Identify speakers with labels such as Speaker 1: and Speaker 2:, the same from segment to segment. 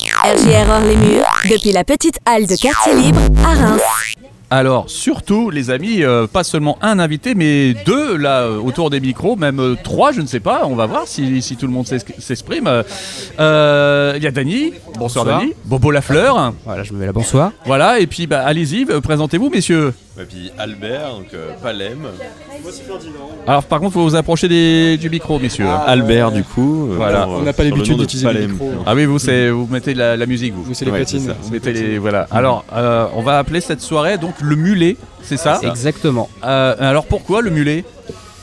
Speaker 1: RJR hors les murs, depuis la petite halle de quartier libre à Reims.
Speaker 2: Alors surtout les amis, euh, pas seulement un invité, mais deux là euh, autour des micros, même euh, trois, je ne sais pas, on va voir si, si tout le monde s'ex- s'exprime. Euh, euh, Il y a Dany, bonsoir,
Speaker 3: Bonsoir.
Speaker 2: Dany, Bobo Lafleur,
Speaker 3: Voilà, je me mets là. Bonsoir.
Speaker 2: voilà, et puis bah, allez-y, euh, présentez-vous messieurs.
Speaker 4: Et puis Albert, donc euh, Palem.
Speaker 2: Alors par contre, faut vous approcher des- du micro messieurs. hein.
Speaker 4: Albert, du coup. euh,
Speaker 2: Voilà.
Speaker 4: pour,
Speaker 5: Ah, On
Speaker 4: euh,
Speaker 5: n'a pas
Speaker 4: sur le
Speaker 5: l'habitude
Speaker 4: nom de
Speaker 5: d'utiliser hein. le
Speaker 4: Palem.
Speaker 5: micro.
Speaker 2: Ah oui, vous, c'est, vous mettez la, la musique, vous.
Speaker 5: Vous, c'est les
Speaker 4: Ouais, c'est
Speaker 5: platines.
Speaker 4: ça.
Speaker 2: Vous mettez les, voilà. Alors, euh, on va appeler cette soirée donc le mulet, c'est
Speaker 4: Ah.
Speaker 2: ça
Speaker 3: Exactement.
Speaker 2: Euh, Alors pourquoi le mulet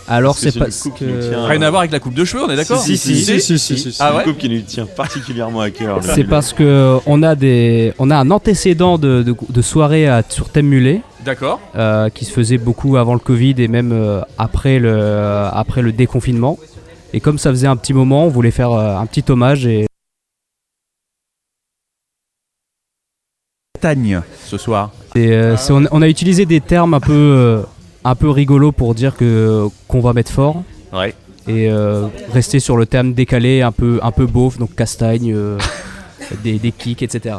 Speaker 3: Alors
Speaker 4: Parce que
Speaker 3: c'est
Speaker 4: c'est
Speaker 3: pas
Speaker 4: une coupe qui
Speaker 3: que-
Speaker 4: nous tient.
Speaker 2: Rien à voir avec la coupe de cheveux, on est d'accord
Speaker 4: Si, si,
Speaker 5: Si, si, si, si, si.
Speaker 2: Ah
Speaker 4: C'est
Speaker 2: ouais
Speaker 4: une coupe qui nous tient particulièrement à cœur. le
Speaker 3: C'est
Speaker 4: mulet.
Speaker 3: parce que on a des on a un antécédent de, de, de soirée à, sur thème mulet
Speaker 2: D'accord.
Speaker 3: euh, qui se faisait beaucoup avant le Covid et même euh, après le euh, après le déconfinement. Et comme ça faisait un petit moment, on voulait faire euh, un petit hommage et
Speaker 2: Tagne ce soir.
Speaker 3: Et,
Speaker 4: Ah
Speaker 3: euh, c'est- on, on a utilisé des termes un peu, euh, un peu rigolos pour dire que qu'on va mettre fort.
Speaker 2: Ouais.
Speaker 3: Et euh, rester sur le terme décalé, un peu, un peu beauf, donc castagne, euh, des, des kicks, etc.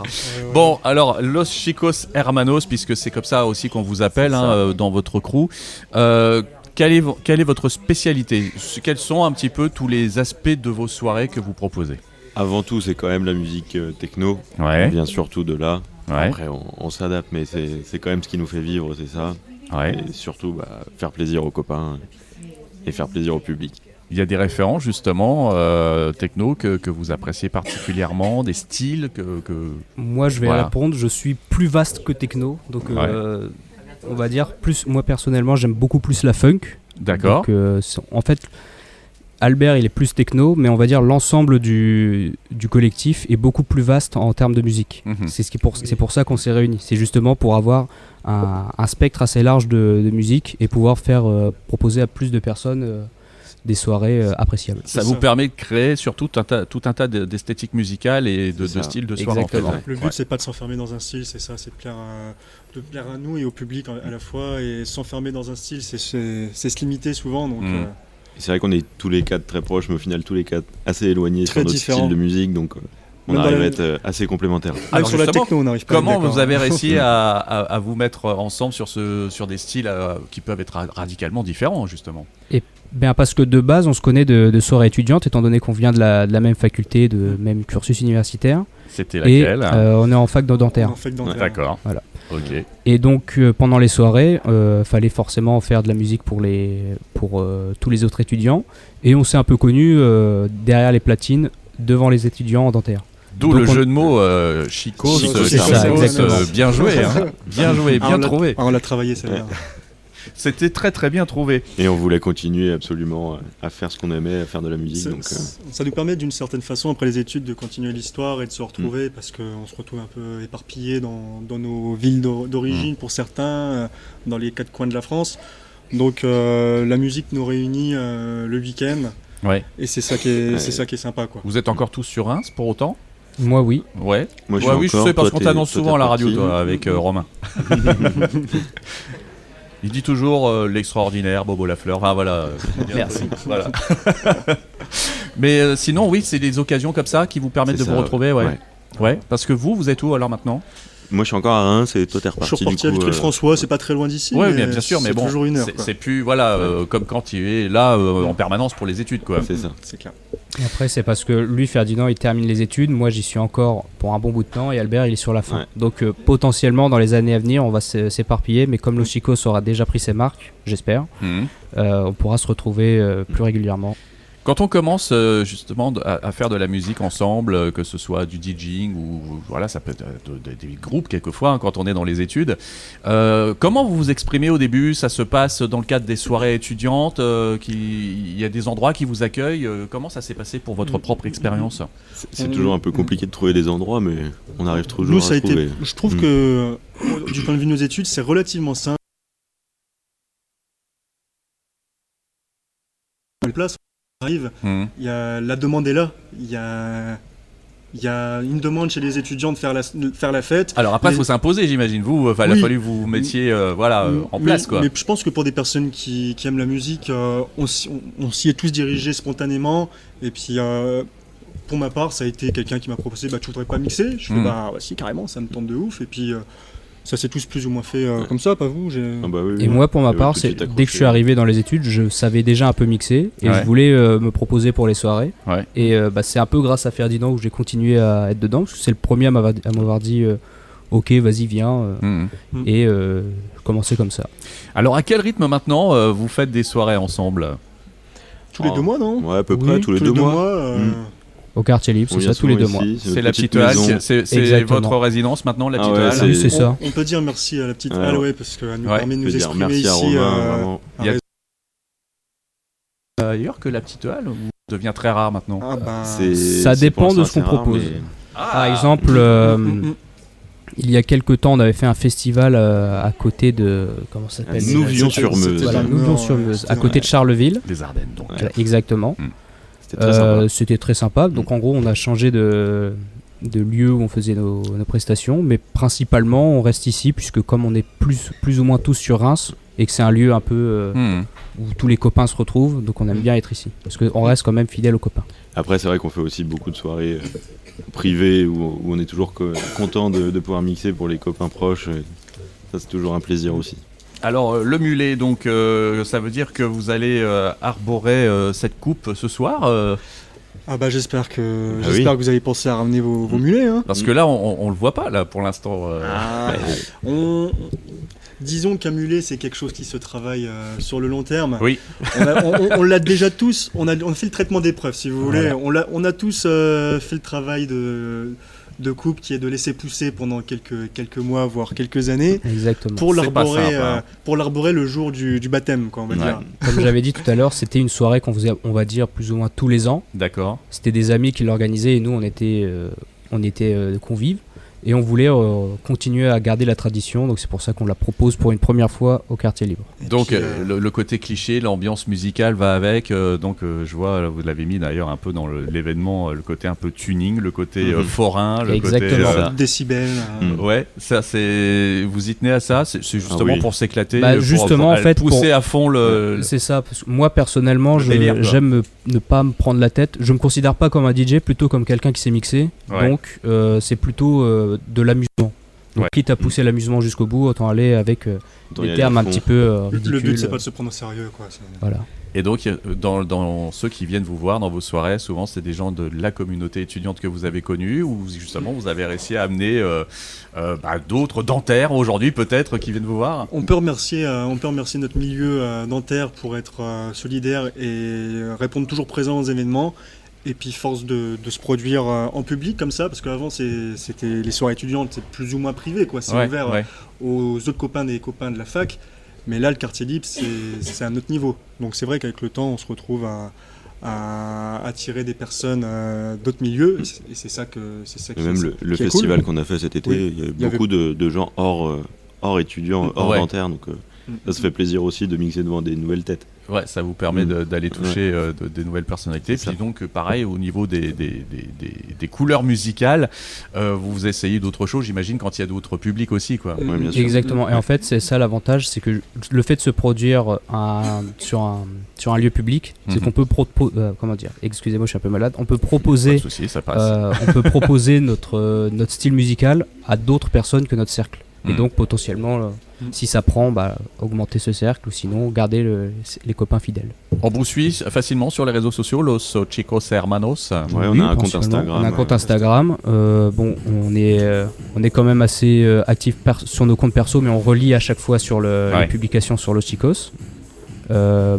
Speaker 2: Bon, alors Los Chicos Hermanos, puisque c'est comme ça aussi qu'on vous appelle hein, euh, dans votre crew. euh, quelle, est, vo- quelle est votre spécialité S- Quels sont un petit peu tous les aspects de vos soirées que vous proposez
Speaker 4: Avant tout, c'est quand même la musique euh, techno. On
Speaker 2: Ouais,
Speaker 4: vient surtout de là. Après, on, on s'adapte, mais c'est c'est quand même ce qui nous fait vivre, c'est ça. Et surtout, bah, faire plaisir aux copains et faire plaisir au public.
Speaker 2: Il y a des référents justement euh, techno que, que vous appréciez particulièrement, des styles que, que-
Speaker 3: Moi, je vais
Speaker 2: Voilà.
Speaker 3: répondre, je suis plus vaste que techno. Donc, euh, on va dire, plus, moi personnellement, j'aime beaucoup plus la funk.
Speaker 2: D'accord.
Speaker 3: Donc, euh, c'est- en fait, Albert, il est plus techno, mais on va dire l'ensemble du, du collectif est beaucoup plus vaste en termes de musique.
Speaker 2: Mhm.
Speaker 3: C'est ce qui pour, c'est pour ça qu'on s'est réunis. C'est justement pour avoir un, un spectre assez large de, de musique et pouvoir faire euh, proposer à plus de personnes euh, des soirées euh, appréciables.
Speaker 2: Ça vous permet de créer surtout tout un tas, tout un tas de- d'esthétiques musicales et de,
Speaker 4: C'est
Speaker 2: de
Speaker 4: ça.
Speaker 2: styles de soirée. en fait.
Speaker 3: Exactement.
Speaker 5: Le but,
Speaker 2: Ouais.
Speaker 5: c'est pas de s'enfermer dans un style, c'est ça, c'est de plaire, à, de plaire à nous et au public en- à la fois. Et s'enfermer dans un style, c'est c'est- c'est se limiter souvent. Donc,
Speaker 2: Mm.
Speaker 4: Hmm.
Speaker 5: euh,
Speaker 4: Et C'est vrai qu'on est tous les quatre très proches, mais au final, tous les quatre assez éloignés
Speaker 5: Très
Speaker 4: sur notre
Speaker 5: différents.
Speaker 4: style de musique, donc euh, on
Speaker 5: Même dans
Speaker 4: arrive
Speaker 5: la-
Speaker 4: à être euh, assez complémentaires.
Speaker 5: même
Speaker 2: Alors
Speaker 5: sur la
Speaker 2: justement,
Speaker 5: techno, on n'arrive pas à être
Speaker 2: Comment
Speaker 5: d'accord,
Speaker 2: vous avez
Speaker 5: hein.
Speaker 2: réussi à, à- à vous mettre ensemble sur, ce, sur des styles euh, qui peuvent être ra- radicalement différents, justement
Speaker 3: Bien, Ben, parce que de base, on se connaît de, de soirées étudiantes, étant donné qu'on vient de la, de la même faculté, de même cursus universitaire.
Speaker 2: C'était
Speaker 3: Et
Speaker 2: laquelle
Speaker 3: euh, on est en fac de dentaire.
Speaker 5: En fait, dans-
Speaker 2: D'accord.
Speaker 3: voilà.
Speaker 2: Ok.
Speaker 3: Et donc euh, pendant les soirées, euh, fallait forcément faire de la musique pour les pour euh, tous les autres étudiants. Et on s'est un peu connus euh, derrière les platines, devant les étudiants en dentaire.
Speaker 2: D'où
Speaker 3: Donc
Speaker 2: le
Speaker 3: on-
Speaker 2: jeu de mots euh, Chicos,
Speaker 4: Chicos,
Speaker 2: euh,
Speaker 4: c'est ça,
Speaker 2: Chicos,
Speaker 3: exactement.
Speaker 2: euh, bien joué, hein. bien joué,
Speaker 5: Ah, on
Speaker 2: bien
Speaker 5: l'a-
Speaker 2: trouvé.
Speaker 5: ah, on l'a travaillé, celle-là.
Speaker 2: C'était très très bien trouvé.
Speaker 4: Et on voulait continuer absolument euh, à faire ce qu'on aimait, à faire de la musique.
Speaker 5: Ça-
Speaker 4: Donc, euh,
Speaker 5: Ça nous permet d'une certaine façon, après les études, de continuer l'histoire et de se retrouver
Speaker 4: Hmm.
Speaker 5: parce qu'on se retrouve un peu éparpillé dans, dans nos villes d'o-
Speaker 4: Hmm.
Speaker 5: d'origine pour certains, euh, dans les quatre coins de la France. Donc euh, la musique nous réunit euh, le week-end
Speaker 2: Ouais.
Speaker 5: et c'est ça, qui est-
Speaker 4: Ouais.
Speaker 5: c'est ça qui est sympa. Quoi.
Speaker 2: Vous êtes encore tous sur Reims pour autant
Speaker 3: Moi oui.
Speaker 2: Ouais.
Speaker 4: moi, je
Speaker 2: ouais,
Speaker 4: suis
Speaker 2: oui, je
Speaker 4: encore,
Speaker 2: sais parce qu'on
Speaker 4: toi, t'es-
Speaker 2: t'annonce
Speaker 4: toi, t'es
Speaker 2: souvent à la radio,
Speaker 4: parti.
Speaker 2: toi, avec euh, Romain. Il dit toujours euh, l'extraordinaire Bobo Lafleur. Enfin voilà. euh,
Speaker 3: Merci.
Speaker 2: Voilà. Mais euh, sinon, oui, c'est des occasions comme ça qui vous permettent de
Speaker 4: C'est
Speaker 2: vous
Speaker 4: ça,
Speaker 2: retrouver, ouais. ouais.
Speaker 4: ouais.
Speaker 2: parce que vous, vous êtes où alors maintenant
Speaker 4: Moi, je suis encore à Reims et toi, t'es
Speaker 5: Je
Speaker 4: reparti.
Speaker 5: suis
Speaker 4: du
Speaker 5: reparti à
Speaker 4: coup, euh,
Speaker 5: Vitry-François, c'est pas très loin d'ici.
Speaker 2: Oui,
Speaker 5: mais
Speaker 2: bien, bien sûr, mais
Speaker 5: c'est
Speaker 2: bon,
Speaker 5: toujours une heure.
Speaker 2: c'est-
Speaker 5: quoi.
Speaker 2: c'est plus voilà euh, comme quand il est là euh, en permanence pour les études, quoi.
Speaker 4: C'est ça.
Speaker 5: C'est clair.
Speaker 3: Et après c'est parce que lui Ferdinand il termine les études, moi j'y suis encore pour un bon bout de temps et Albert il est sur la fin.
Speaker 4: Ouais.
Speaker 3: Donc euh, potentiellement dans les années à venir on va s'é- s'éparpiller, mais comme Lochico aura déjà pris ses marques, j'espère,
Speaker 4: Mm.
Speaker 2: Mhm.
Speaker 3: euh, on pourra se retrouver euh, plus régulièrement.
Speaker 2: Quand on commence euh, justement de- à, à faire de la musique ensemble, euh, que ce soit du DJing ou ou- voilà, ça peut être euh, de- de- des groupes quelquefois hein, quand on est dans les études. euh, comment vous vous exprimez au début Ça se passe dans le cadre des soirées étudiantes euh, qui- Il y a des endroits qui vous accueillent. euh, comment ça s'est passé pour
Speaker 5: Mm.
Speaker 2: votre propre expérience
Speaker 4: C'est- C'est
Speaker 5: On-
Speaker 4: toujours un peu compliqué de trouver des endroits, mais on arrive toujours
Speaker 5: Nous,
Speaker 4: à
Speaker 5: ça a
Speaker 4: trouver.
Speaker 5: été. Je trouve
Speaker 4: Mm.
Speaker 5: que, euh, du point de vue de nos études, c'est relativement simple. Les places on arrive,
Speaker 2: Mhm.
Speaker 5: il y a, la demande est là. Il y a, il y a une demande chez les étudiants de faire la, de faire la fête.
Speaker 2: Alors après, il
Speaker 5: Mais-
Speaker 2: faut s'imposer, j'imagine. Vous, enfin, il a
Speaker 5: Oui.
Speaker 2: fallu que vous vous mettiez euh,
Speaker 4: Ah,
Speaker 2: voilà, euh, en
Speaker 5: Mais-
Speaker 2: place, quoi.
Speaker 5: Mais je pense que pour des personnes qui, qui aiment la musique, euh, on, s'y- on- on s'y est tous dirigés spontanément. Et puis, euh, pour ma part, ça a été quelqu'un qui m'a proposé bah, Tu voudrais pas mixer Je fais
Speaker 4: Hmm.
Speaker 2: Mm.
Speaker 5: bah, bah, si, carrément, ça me tente de ouf. Et puis, euh, ça s'est tous plus ou moins fait euh, comme ça, pas vous j'ai-
Speaker 4: Ah bah oui, oui.
Speaker 3: Et moi, pour ma
Speaker 4: Et ouais,
Speaker 3: part,
Speaker 4: tout de
Speaker 3: c'est
Speaker 4: suite
Speaker 3: dès que je suis arrivé dans les études, je savais déjà un peu mixer et
Speaker 2: Ouais.
Speaker 3: je voulais euh, me proposer pour les soirées.
Speaker 2: Ouais.
Speaker 3: Et euh, bah, c'est un peu grâce à Ferdinand que j'ai continué à être dedans, parce que c'est le premier à m'avoir à m'avoir dit euh, Ok, vas-y, viens. euh,
Speaker 2: Mhm.
Speaker 3: Et euh, commencer comme ça.
Speaker 2: Alors, à quel rythme maintenant euh, vous faites des soirées ensemble
Speaker 5: Tous les
Speaker 4: Oh.
Speaker 5: deux mois, non
Speaker 4: Ouais, à peu
Speaker 3: Oui,
Speaker 4: près, tous les deux mois.
Speaker 5: euh,
Speaker 4: Mm.
Speaker 3: Au quartier libre,
Speaker 4: On
Speaker 3: c'est
Speaker 4: vient
Speaker 3: ça, tous les deux
Speaker 4: souvent
Speaker 3: mois.
Speaker 4: ici,
Speaker 2: C'est
Speaker 4: une
Speaker 2: la petite halle,
Speaker 4: maison.
Speaker 2: c'est- c'est c'est
Speaker 3: Exactement.
Speaker 2: votre résidence maintenant, la
Speaker 4: Ah
Speaker 2: petite
Speaker 4: ouais,
Speaker 2: halle
Speaker 3: Oui, c'est
Speaker 5: on,
Speaker 3: ça.
Speaker 5: on peut dire merci à la petite
Speaker 4: Ouais.
Speaker 5: halle, ouais, parce qu'elle nous
Speaker 2: Ouais,
Speaker 5: permet de
Speaker 4: Je
Speaker 5: nous
Speaker 4: veux dire
Speaker 5: exprimer
Speaker 4: merci à
Speaker 5: ici.
Speaker 4: Romain,
Speaker 5: euh,
Speaker 4: vraiment.
Speaker 5: un
Speaker 2: Il y a-
Speaker 5: réseau-
Speaker 2: D'ailleurs que la petite halle devient très rare maintenant.
Speaker 5: Ah, bah,
Speaker 4: C'est-
Speaker 3: Ça
Speaker 4: c'est pour
Speaker 3: dépend de
Speaker 4: l'instant
Speaker 3: ce qu'on
Speaker 4: assez rare,
Speaker 3: propose.
Speaker 4: mais-
Speaker 2: Ah.
Speaker 3: Par exemple, euh,
Speaker 5: Mm, mm, mm.
Speaker 3: il y a quelques temps, on avait fait un festival euh, à côté de. Comment ça s'appelle
Speaker 4: Nous vions sur Meuse.
Speaker 3: Voilà,
Speaker 5: C'était
Speaker 3: nous
Speaker 5: dans-
Speaker 3: sur Meuse,
Speaker 5: c'était
Speaker 3: à
Speaker 5: dans-
Speaker 3: côté de Charleville.
Speaker 2: Les Ardennes donc.
Speaker 4: Ouais.
Speaker 3: Voilà, Exactement.
Speaker 4: C'était très sympa. Mm.
Speaker 3: Euh, C'était très sympa. Donc en gros, on a changé de, de lieu où on faisait nos, nos prestations, mais principalement, on reste ici puisque comme on est plus, plus ou moins tous sur Reims et que c'est un lieu un peu euh,
Speaker 4: Mm.
Speaker 2: Mhm.
Speaker 3: où tous les copains se retrouvent, donc on aime bien être ici parce qu'on reste quand même fidèle aux copains.
Speaker 4: Après, c'est vrai qu'on fait aussi beaucoup de soirées euh, privées où, où on est toujours co- content de, de pouvoir mixer pour les copains proches. et Ça, c'est toujours un plaisir aussi.
Speaker 2: Alors euh, le mulet, donc euh, ça veut dire que vous allez euh, arborer euh, cette coupe ce soir, euh,
Speaker 5: Ah bah j'espère que
Speaker 4: Ah
Speaker 5: j'espère
Speaker 4: oui. Hmm.
Speaker 5: que vous avez pensé à ramener vos, vos mulets. Hein.
Speaker 2: parce que là on, on- on le voit pas là pour l'instant. euh.
Speaker 5: Ah. On... Disons qu'un mulet c'est quelque chose qui se travaille euh, sur le long terme.
Speaker 2: Oui.
Speaker 5: On a- on- on- on l'a déjà tous. On a, on a fait le traitement d'épreuve, si vous voulez. On, l'a- on a tous euh, fait le travail de de coupe qui est de laisser pousser pendant quelques quelques mois voire quelques années
Speaker 3: Exactement.
Speaker 5: pour
Speaker 2: C'est pas
Speaker 5: l'arborer
Speaker 2: simple, hein.
Speaker 5: euh, pour l'arborer le jour du, du baptême quoi on va
Speaker 2: Ouais.
Speaker 5: dire.
Speaker 3: Comme j'avais dit tout à l'heure, c'était une soirée qu'on faisait, on va dire, plus ou moins tous les ans.
Speaker 2: D'accord.
Speaker 3: C'était des amis qui l'organisaient et nous, on était, euh, on était euh, convives. Et on voulait euh, continuer à garder la tradition, donc c'est pour ça qu'on la propose pour une première fois au quartier libre.
Speaker 2: Donc
Speaker 5: puis,
Speaker 2: euh,
Speaker 5: euh,
Speaker 2: le, le côté cliché, l'ambiance musicale va avec. euh, donc euh, je vois, vous l'avez mis d'ailleurs un peu dans le- l'événement, euh, le côté un peu tuning, le côté euh,
Speaker 4: Mhm.
Speaker 2: forain, le Hmm. côté.
Speaker 3: Exactement.
Speaker 2: euh,
Speaker 4: C'est ça.
Speaker 5: Décibels. euh,
Speaker 4: Mm.
Speaker 2: Ouais, ça c'est. Vous y tenez à ça C'est c'est justement
Speaker 4: Ah oui.
Speaker 2: pour s'éclater,
Speaker 3: Bah,
Speaker 2: pour-
Speaker 3: justement,
Speaker 2: pour
Speaker 3: en fait,
Speaker 2: pousser
Speaker 3: pour-
Speaker 2: à fond
Speaker 4: Euh,
Speaker 2: le.
Speaker 3: Euh, C'est ça, parce que moi personnellement,
Speaker 2: Le
Speaker 3: je-
Speaker 2: délire, quoi.
Speaker 3: j'aime me- ne pas me prendre la tête. Je me considère pas comme un DJ, plutôt comme quelqu'un qui sait mixer.
Speaker 2: Ouais.
Speaker 3: Donc euh, c'est plutôt euh, de l'amusement. Donc
Speaker 2: Ouais.
Speaker 3: quitte à pousser l'amusement jusqu'au bout, autant aller avec euh,
Speaker 4: Mm. Autant y
Speaker 3: des
Speaker 4: aller à
Speaker 3: termes un
Speaker 4: fond.
Speaker 3: petit peu euh,
Speaker 5: le-
Speaker 3: ridicules.
Speaker 5: Le but c'est pas de se prendre au sérieux quoi. c'est-
Speaker 3: Voilà.
Speaker 2: Et donc euh, dans, dans ceux qui viennent vous voir dans vos soirées, souvent c'est des gens de la communauté étudiante que vous avez connue ou justement vous avez réussi à amener euh, euh, bah, d'autres dentaires aujourd'hui peut-être qui viennent vous voir.
Speaker 5: On peut remercier, euh, on peut remercier notre milieu euh, dentaire pour être euh, solidaire et euh, répondre toujours présent aux événements. Et puis force de, de se produire euh, en public comme ça, parce qu'avant c'est- c'était les soirées étudiantes, c'est plus ou moins privé, quoi. C'est
Speaker 2: Ouais,
Speaker 5: ouvert euh,
Speaker 2: ouais.
Speaker 5: aux autres copains des copains de la fac. Mais là, le quartier libre, c'est c'est un autre niveau. Donc c'est vrai qu'avec le temps, on se retrouve à, à attirer des personnes euh, d'autres milieux. Et c'est- Et c'est ça que c'est ça
Speaker 4: Et
Speaker 5: qui
Speaker 4: même le, le
Speaker 5: qui est cool.
Speaker 4: festival qu'on a fait cet été,
Speaker 5: Oui.
Speaker 4: il y avait
Speaker 5: Il y avait-
Speaker 4: beaucoup de, de gens hors, euh, hors étudiants, hors
Speaker 2: Ouais.
Speaker 4: dentaires. Donc euh,
Speaker 5: Mm.
Speaker 4: ça se fait plaisir aussi de mixer devant des nouvelles têtes.
Speaker 2: Ouais, ça vous permet
Speaker 4: Mm.
Speaker 2: de- d'aller toucher euh, de- des nouvelles personnalités.
Speaker 4: C'est ça.
Speaker 2: Puis donc, euh, pareil, au niveau des, des, des, des- des couleurs musicales, euh, vous essayez d'autres choses, j'imagine, quand il y a d'autres publics aussi, quoi.
Speaker 5: Euh,
Speaker 4: Ouais, bien sûr.
Speaker 3: Mm. Exactement. Et en fait, c'est ça l'avantage, c'est que le fait de se produire euh, un- sur, un, sur un lieu public, c'est
Speaker 4: Mm-hmm.
Speaker 2: Mhm.
Speaker 3: qu'on peut propo- euh, comment dire Excusez-moi, je suis un peu malade. On peut
Speaker 2: Pas de
Speaker 3: proposer,
Speaker 2: souci, ça passe.
Speaker 3: euh, on peut proposer notre euh, notre style musical à d'autres personnes que notre cercle. Et
Speaker 4: Mm.
Speaker 2: Mhm.
Speaker 3: donc potentiellement, euh,
Speaker 5: Mhm.
Speaker 3: si ça prend, bah, augmenter ce cercle ou sinon garder le- les copains fidèles.
Speaker 2: On vous suit facilement sur les réseaux sociaux, Los Chicos Hermanos.
Speaker 4: Ouais, on
Speaker 3: Oui,
Speaker 4: a un compte
Speaker 3: principalement.
Speaker 4: Instagram.
Speaker 3: On a un compte Instagram. Euh, bon, on est, euh, on est quand même assez euh, actif per- sur nos comptes perso, mais on relie à chaque fois sur le,
Speaker 2: Ouais.
Speaker 3: les publications sur Los Chicos. Euh,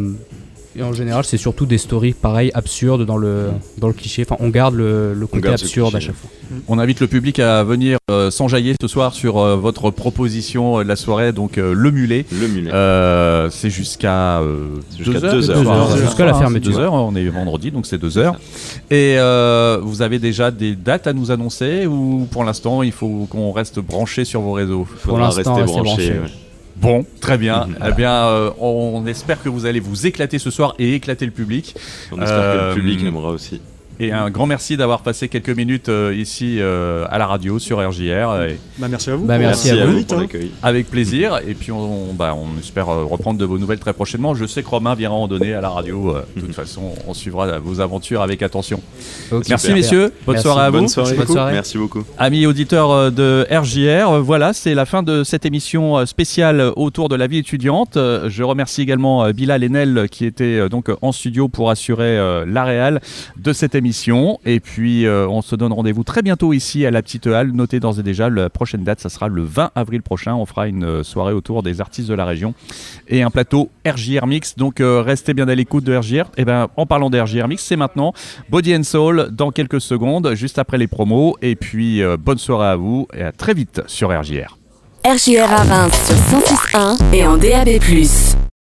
Speaker 3: et en général, c'est surtout des stories pareilles absurdes dans le, dans le cliché. Enfin, on garde le, le côté
Speaker 4: Mm. garde ce
Speaker 3: absurde à
Speaker 4: cliché.
Speaker 3: chaque fois.
Speaker 2: On invite le public à venir euh, s'enjailler ce soir sur euh, votre proposition euh, de la soirée, donc euh, le mulet.
Speaker 4: Le mulet.
Speaker 2: Euh, c'est jusqu'à euh,
Speaker 4: C'est jusqu'à
Speaker 2: deux heures,
Speaker 4: deux
Speaker 2: ce
Speaker 4: heures.
Speaker 2: soir.
Speaker 5: Deux heures.
Speaker 3: Jusqu'à la
Speaker 2: Hein,
Speaker 3: fermeture.
Speaker 2: c'est Deux heures, on est vendredi, donc c'est deux heures. Et euh, vous avez déjà des dates à nous annoncer ou pour l'instant il faut qu'on reste branché sur vos réseaux
Speaker 4: Faudra
Speaker 3: pour l'instant, restez branchés,
Speaker 4: ouais.
Speaker 2: Bon, très bien. Eh bien, euh, on espère que vous allez vous éclater ce soir et éclater le public.
Speaker 4: On espère que
Speaker 2: Euh,
Speaker 4: le public
Speaker 2: mm.
Speaker 4: aimera aussi.
Speaker 2: Et un grand merci d'avoir passé quelques minutes euh, ici euh, à la radio sur RJR. Et
Speaker 5: Bah, merci à vous.
Speaker 3: Bah,
Speaker 5: pour-
Speaker 3: merci à vous.
Speaker 5: Vite,
Speaker 4: pour
Speaker 5: hein.
Speaker 4: l'accueil.
Speaker 2: avec plaisir. Et puis on, on- bah, on espère euh, reprendre de vos nouvelles très prochainement. Je sais que Romain viendra en donner à la radio. euh, De toute façon, on suivra vos aventures avec attention.
Speaker 3: Ok,
Speaker 2: Merci
Speaker 3: super.
Speaker 2: messieurs. Bonne
Speaker 3: Merci.
Speaker 2: soirée à vous.
Speaker 4: Bonne soirée.
Speaker 3: Bonne soirée.
Speaker 4: Merci beaucoup.
Speaker 2: Amis auditeurs euh, de RJR, euh, voilà, c'est la fin de cette émission euh, spéciale autour de la vie étudiante. Euh, Je remercie également euh, Bilal Enel euh, qui était euh, donc euh, en studio pour assurer euh, la réal de cette émission. Et puis, euh, on se donne rendez-vous très bientôt ici à la Petite Halle. Notez d'ores et déjà, la prochaine date, ça sera le 20 avril prochain. On fera une euh, soirée autour des artistes de la région et un plateau RJR Mix. Donc, euh, restez bien à l'écoute de RJR. Et ben, en parlant de RJR Mix, c'est maintenant. Body and Soul dans quelques secondes, juste après les promos. Et puis, euh, bonne soirée à vous et à très vite sur RJR.
Speaker 1: RJR à Reims sur 106.1 et en DAB+.